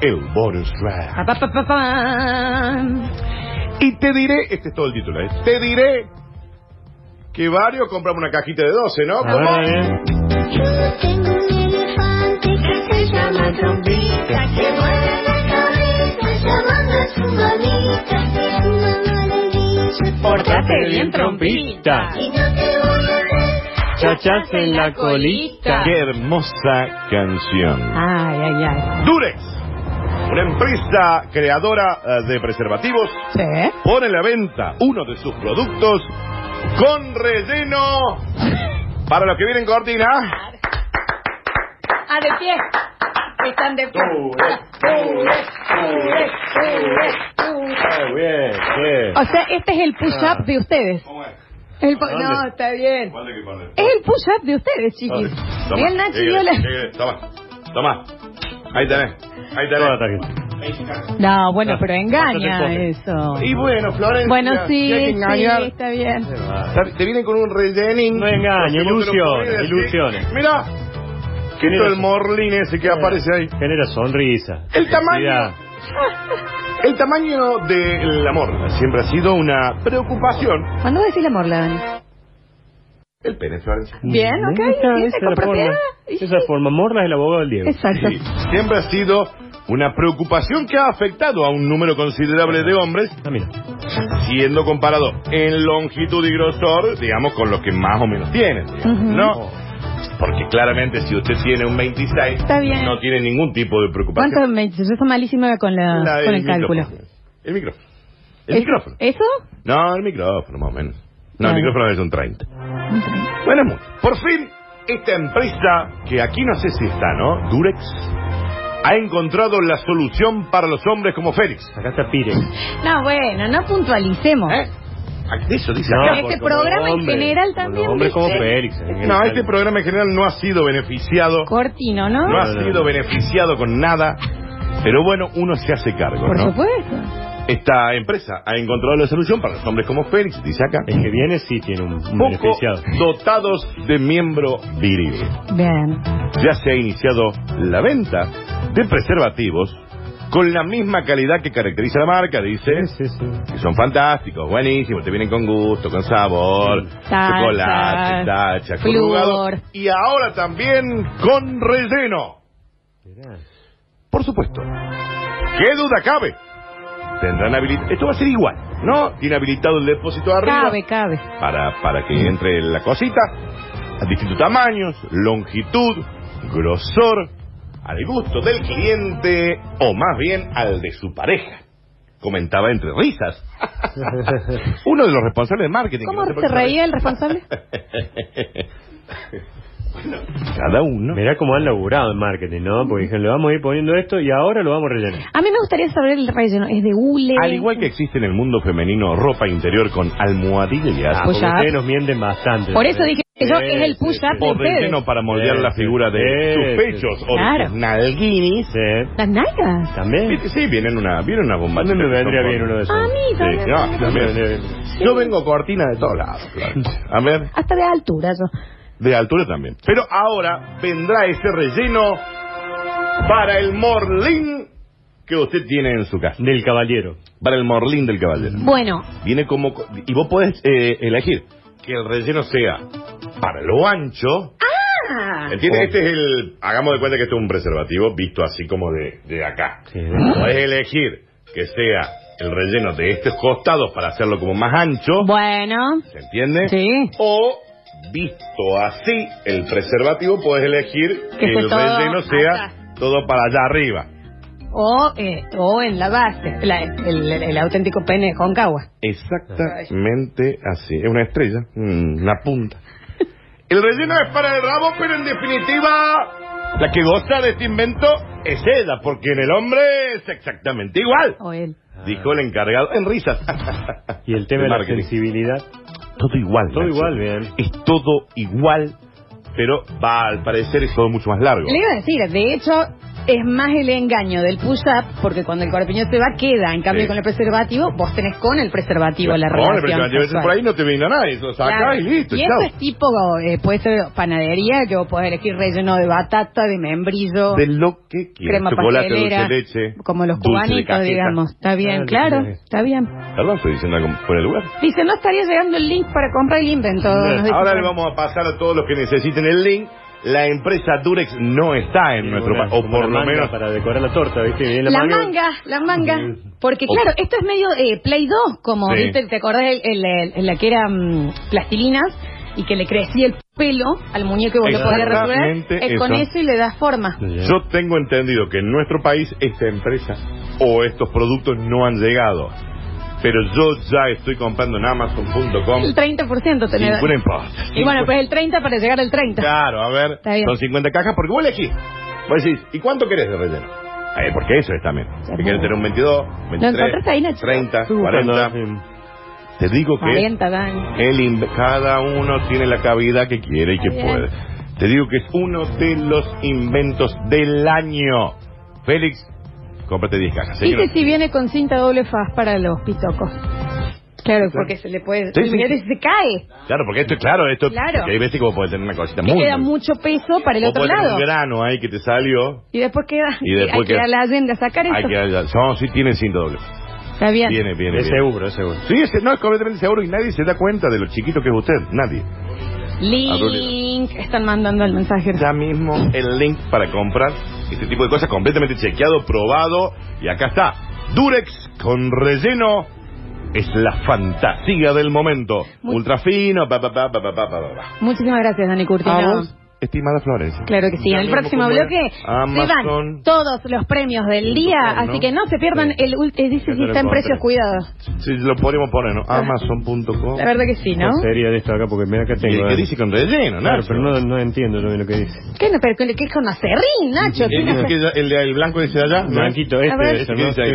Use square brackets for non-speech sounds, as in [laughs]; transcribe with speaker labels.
Speaker 1: el bonus track.
Speaker 2: Pa, pa, pa, pa, pam.
Speaker 1: Y te diré, este es todo el título, ¿eh? te diré que varios compramos una cajita de 12, ¿no?
Speaker 3: A ver.
Speaker 4: Yo tengo un elefante que se llama trompita, que mueve la cabeza llamando a su mamita. Y su mamá le dice,
Speaker 2: Pórtate bien, trompita.
Speaker 4: si no te voy a ver,
Speaker 3: Chachas en la colita.
Speaker 1: Qué hermosa canción.
Speaker 2: Ay, ay, ay.
Speaker 1: Durex, una empresa creadora eh, de preservativos,
Speaker 2: ¿Sí?
Speaker 1: pone a la venta uno de sus productos con relleno. Para los que vienen cortina,
Speaker 2: Ah, de pie. Están de pie.
Speaker 1: eh. Muy bien,
Speaker 2: O sea, este es el push-up de ustedes.
Speaker 1: ¿Cómo es?
Speaker 2: El pu-
Speaker 1: ¿Dónde?
Speaker 2: no, está bien.
Speaker 1: ¿Cuál de qué parte?
Speaker 2: Es el push-up de ustedes, chiquis.
Speaker 1: Dale,
Speaker 2: Mira el Nachi
Speaker 1: síguele,
Speaker 2: Viola.
Speaker 1: síguele, Toma, toma. Ahí tenés. Ahí
Speaker 3: Toda la
Speaker 1: tenés.
Speaker 3: tarjeta.
Speaker 2: No, bueno, pero
Speaker 3: No
Speaker 2: engaña
Speaker 3: se te
Speaker 2: eso.
Speaker 1: Y bueno, Florencia.
Speaker 2: Bueno, sí,
Speaker 1: si hay que engañar,
Speaker 2: sí, está bien.
Speaker 1: Te vienen con un rellening.
Speaker 3: No engaña,
Speaker 1: Porque vos te lo
Speaker 3: ilusiones,
Speaker 1: podés decir.
Speaker 3: ilusiones.
Speaker 1: Mirá. Que esto es el morlín ese que aparece ahí.
Speaker 3: Genera sonrisa.
Speaker 1: El tamaño.
Speaker 3: felicidad.
Speaker 1: El tamaño de la morla siempre ha sido una preocupación.
Speaker 2: ¿Cuándo decís la morla, Dani?
Speaker 1: El pene, Florencia.
Speaker 2: Bien, ok,
Speaker 3: Esa-
Speaker 2: bien,
Speaker 3: esa
Speaker 2: te
Speaker 3: es la
Speaker 2: compropiedad.
Speaker 3: forma. Esa forma. Morla es el abogado del Diego.
Speaker 2: Exacto.
Speaker 1: Sí, siempre ha sido una preocupación que ha afectado a un número considerable de hombres,
Speaker 3: Ah, mira.
Speaker 1: siendo comparado en longitud y grosor, digamos, con los que más o menos tienen, digamos,
Speaker 2: Ujú.
Speaker 1: ¿no? Porque claramente si usted tiene un 26,
Speaker 2: Está bien.
Speaker 1: no tiene ningún tipo de preocupación.
Speaker 2: ¿Cuánto me Yo soy malísima con, la,
Speaker 1: La del
Speaker 2: con el cálculo.
Speaker 1: micrófono. El micrófono. El
Speaker 2: ¿Es-
Speaker 1: micrófono.
Speaker 2: ¿Eso?
Speaker 1: No, el micrófono, más o menos. No,
Speaker 2: Claro.
Speaker 1: el micrófono es un 30. Bueno, es mucho. Por fin, esta empresa, que aquí no sé si está, ¿no? Durex, ha encontrado la solución para los hombres como Félix.
Speaker 3: Acá
Speaker 2: [laughs]
Speaker 3: está Pirex.
Speaker 2: No, bueno, no puntualicemos.
Speaker 1: ¿Eh? Aquí- Eso dice
Speaker 3: No,
Speaker 1: acá.
Speaker 2: Este
Speaker 3: porque
Speaker 2: programa en
Speaker 3: hombre,
Speaker 2: general
Speaker 3: como
Speaker 2: también,
Speaker 3: Los hombres como
Speaker 2: ¿viste?
Speaker 3: Félix. en
Speaker 1: No,
Speaker 3: el-
Speaker 1: este programa en general no ha sido beneficiado.
Speaker 2: Cortino, ¿no?
Speaker 1: No ha
Speaker 3: No, no,
Speaker 1: sido
Speaker 3: no.
Speaker 1: beneficiado con nada. Pero bueno, uno se hace cargo,
Speaker 2: Por
Speaker 1: ¿no?
Speaker 2: supuesto.
Speaker 1: Esta empresa ha encontrado la solución para los hombres como Félix, dice acá.
Speaker 3: El que viene sí tiene un, un
Speaker 1: poco
Speaker 3: beneficiado.
Speaker 1: dotados de miembro viril.
Speaker 2: Bien.
Speaker 1: Ya se ha iniciado la venta de preservativos con la misma calidad que caracteriza la marca, dice.
Speaker 3: Sí, sí, sí.
Speaker 1: Que son fantásticos, buenísimos, te vienen con gusto, con sabor,
Speaker 2: Salsas,
Speaker 1: chocolate, tacha,
Speaker 2: flúor.
Speaker 1: conjugado. Y ahora también con relleno.
Speaker 3: Mirá.
Speaker 1: Por supuesto. ¿Qué duda cabe? Tendrán habilitado. Esto va a ser igual, ¿no? Tiene habilitado el depósito arriba
Speaker 2: Cabe, cabe.
Speaker 1: para, para que entre la cosita, a distintos tamaños, longitud, grosor, al gusto del cliente o más bien al de su pareja. Comentaba entre risas. Uno de los responsables de marketing. que
Speaker 2: ¿Cómo
Speaker 1: no sé por
Speaker 2: se
Speaker 1: qué
Speaker 2: reía
Speaker 1: [laughs]
Speaker 2: el responsable?
Speaker 1: Cada uno.
Speaker 3: Mirá cómo han laburado en marketing, ¿no? Porque dijeron, le vamos a ir poniendo esto y ahora lo vamos a rellenar.
Speaker 2: A mí me gustaría saber el relleno. ¿Es de hule?
Speaker 1: Al igual que existe en el mundo femenino ropa interior con almohadillas
Speaker 3: Ah,
Speaker 2: Push
Speaker 3: porque
Speaker 2: up.
Speaker 3: ustedes nos mienten bastante.
Speaker 2: Por eso dije que yo
Speaker 3: Sí,
Speaker 2: es el
Speaker 3: sí,
Speaker 2: push-up
Speaker 3: sí.
Speaker 2: de
Speaker 1: o
Speaker 2: ustedes.
Speaker 1: relleno para moldear
Speaker 3: Sí,
Speaker 1: la figura de
Speaker 3: sí,
Speaker 1: sus
Speaker 3: sí,
Speaker 1: pechos
Speaker 3: sí.
Speaker 1: o de
Speaker 2: Claro.
Speaker 1: sus nalguinis.
Speaker 3: Sí.
Speaker 2: ¿Las nalgas?
Speaker 3: También.
Speaker 1: Sí, Sí, vienen una, vienen una
Speaker 3: ¿Dónde
Speaker 1: bombachita
Speaker 3: me
Speaker 1: que
Speaker 3: vendría
Speaker 1: son
Speaker 3: bien
Speaker 1: con-
Speaker 3: uno de esos?
Speaker 2: A mí,
Speaker 1: Sí,
Speaker 2: también.
Speaker 1: no,
Speaker 3: ¿Dónde me vendría bien?
Speaker 1: Yo vengo cortina de todos lados. claro. A ver,
Speaker 2: Hasta de altura yo.
Speaker 1: de altura también. Pero ahora vendrá ese relleno para el morlín que usted tiene en su casa.
Speaker 3: Del caballero.
Speaker 1: Para el morlín del caballero.
Speaker 2: Bueno,
Speaker 1: Viene como... co- Y vos podés eh, elegir que el relleno sea para lo ancho.
Speaker 2: ah,
Speaker 1: ¿Entiendes? Este es el... Hagamos de cuenta que este es un preservativo visto así como de, de acá.
Speaker 3: Sí.
Speaker 1: Podés elegir que sea el relleno de estos costados para hacerlo como más ancho.
Speaker 2: bueno,
Speaker 1: ¿Se entiende?
Speaker 2: Sí.
Speaker 1: O, visto así, el preservativo, puedes elegir que,
Speaker 2: Que esté
Speaker 1: el
Speaker 2: todo
Speaker 1: relleno sea
Speaker 2: acá.
Speaker 1: todo para allá arriba.
Speaker 2: o, eh, o en la base, la- el, el- el auténtico pene de Concagua.
Speaker 1: Exactamente así. Es una estrella, mm, una punta. El relleno es para el rabo, pero en definitiva, la que goza de este invento es ella, porque en el hombre es exactamente igual.
Speaker 2: O él.
Speaker 1: Dijo el encargado en risas.
Speaker 3: Ah. Y el tema de, la
Speaker 1: marketing.
Speaker 3: sensibilidad.
Speaker 1: Todo igual.
Speaker 3: Todo
Speaker 1: Nacho.
Speaker 3: igual, bien.
Speaker 1: Es todo igual, pero va, al parecer es todo mucho más largo.
Speaker 2: Le iba a decir, de hecho, es más el engaño del push-up, porque cuando el corpiño se va, queda. En cambio,
Speaker 1: Sí.
Speaker 2: con el preservativo, vos tenés con el preservativo la
Speaker 1: No,
Speaker 2: relación.
Speaker 1: pero te la lleves
Speaker 2: sexual.
Speaker 1: por ahí no te brinda nadie. Lo sacás
Speaker 2: Claro.
Speaker 1: y listo,
Speaker 2: Y
Speaker 1: chau.
Speaker 2: esto es tipo, eh, puede ser panadería, que vos podés elegir relleno de batata, de membrillo,
Speaker 1: De lo que quieras.
Speaker 2: crema
Speaker 1: Chocolate,
Speaker 2: pastelera,
Speaker 1: dulce de leche.
Speaker 2: como los
Speaker 1: dulce de
Speaker 2: cubanitos,
Speaker 1: cajeta.
Speaker 2: digamos. Está bien,
Speaker 3: Ah,
Speaker 2: claro,
Speaker 3: sí.
Speaker 2: está bien.
Speaker 1: Perdón, estoy diciendo algo fuera de lugar.
Speaker 2: Dice, no estaría llegando el link para comprar el invento.
Speaker 3: Bien.
Speaker 2: nos dice
Speaker 1: Ahora
Speaker 2: por
Speaker 1: le
Speaker 2: acá.
Speaker 1: vamos a pasar a todos los que necesiten el link. La empresa Durex no está en
Speaker 3: Como
Speaker 1: nuestro
Speaker 3: una-
Speaker 1: país, o
Speaker 3: como
Speaker 1: por
Speaker 3: una
Speaker 1: lo
Speaker 3: manga
Speaker 1: menos
Speaker 3: Para decorar la torta, ¿viste? Y en
Speaker 2: La manga, la manga.
Speaker 3: Sí.
Speaker 2: Porque
Speaker 1: O-
Speaker 2: claro, esto es medio eh, Play 2, como
Speaker 1: Sí.
Speaker 2: ¿viste? ¿te acordás el, el- el- la que era mm, plastilinas y que le crecía el pelo al muñeco y vos lo podías resolver?
Speaker 1: Exactamente
Speaker 2: Eh, con
Speaker 1: eso.
Speaker 2: eso y le das forma.
Speaker 1: Yo tengo entendido que en nuestro país esta empresa o estos productos no han llegado. Pero yo ya estoy comprando en Amazon.com.
Speaker 2: El 30% te le da.
Speaker 1: Ninguna imposta.
Speaker 2: Y bueno, pues el 30 para llegar al 30.
Speaker 1: [laughs] Claro, a ver,
Speaker 2: Está bien.
Speaker 1: son 50 cajas porque vos elegís. Vos decís, ¿y cuánto querés de relleno? Eh, porque eso es también.
Speaker 2: Ya,
Speaker 1: Si querés
Speaker 2: bueno.
Speaker 1: tener un 22,
Speaker 2: encontraste
Speaker 1: 23,
Speaker 2: ahí, Nacho?
Speaker 1: 30,
Speaker 3: Estoy buscando,
Speaker 1: 40.
Speaker 3: sí.
Speaker 1: Te digo que
Speaker 2: 40, Dan.
Speaker 1: el in- cada uno tiene la cavidad que quiere y que
Speaker 2: Está bien.
Speaker 1: puede. Te digo que es uno de los inventos del año. Félix, cómprate 10 cajas. ¿sí?
Speaker 2: Dice si viene con cinta doble faz para los pitocos. Claro, porque se le puede...
Speaker 1: Sí, sí,
Speaker 2: Imagínate, se cae.
Speaker 1: Claro, porque esto es claro, esto
Speaker 2: Claro.
Speaker 1: porque hay veces que vos podés tener una cosita
Speaker 2: Te
Speaker 1: muy.
Speaker 2: queda mucho peso para el
Speaker 1: vos
Speaker 2: otro
Speaker 1: podés tener
Speaker 2: lado.
Speaker 1: un grano ahí que te salió.
Speaker 2: Y después queda...
Speaker 1: Y después
Speaker 2: hay que ir
Speaker 1: queda-
Speaker 2: a la Allende a sacar
Speaker 1: Hay
Speaker 2: eso.
Speaker 1: que allá. No, sí tiene cinta doble.
Speaker 2: Está bien.
Speaker 1: Viene, viene.
Speaker 3: Es
Speaker 1: viene.
Speaker 3: seguro, es seguro.
Speaker 1: Sí, ese no es completamente seguro y nadie se da cuenta de lo chiquito que es usted. Nadie.
Speaker 2: Link. Están mandando el mensaje.
Speaker 1: Ya mismo el link para comprar este tipo de cosas completamente chequeado, probado y acá está. Durex con relleno es la fantasía del momento.
Speaker 2: Muy-
Speaker 1: Ultra fino, pa pa pa pa pa pa pa. pa.
Speaker 2: Muchísimas gracias, Dani Curtino.
Speaker 1: A vos, estimada Florencia.
Speaker 2: Claro que sí.
Speaker 1: Ya
Speaker 2: En el
Speaker 1: mismo
Speaker 2: próximo
Speaker 1: como
Speaker 2: bloque
Speaker 1: es,
Speaker 2: se
Speaker 1: Amazon.
Speaker 2: van todos los premios del
Speaker 1: Punto
Speaker 2: día,
Speaker 1: com, ¿no?
Speaker 2: así que no se pierdan
Speaker 1: Sí.
Speaker 2: el último. Dice
Speaker 3: Ya te
Speaker 2: si
Speaker 3: lo
Speaker 2: está en
Speaker 3: encontré.
Speaker 2: precios cuidados.
Speaker 1: Si lo podemos poner, ¿no? Amazon.com.
Speaker 2: La verdad que sí, ¿no?
Speaker 3: No sería de esto acá porque mira acá
Speaker 1: Y
Speaker 3: tengo.
Speaker 1: el que
Speaker 3: eh.
Speaker 1: dice con relleno,
Speaker 3: Claro,
Speaker 1: Nacho.
Speaker 3: pero no, no entiendo yo lo que dice.
Speaker 2: ¿Qué, no, pero, ¿Qué es con acerrín, Nacho?
Speaker 1: ¿El,
Speaker 2: ¿Qué no-
Speaker 1: que- el- el blanco dice allá? ¿no?
Speaker 3: Blanquito,
Speaker 2: A ver.
Speaker 3: este es,
Speaker 1: ¿Qué
Speaker 3: ¿no?
Speaker 1: dice ahí?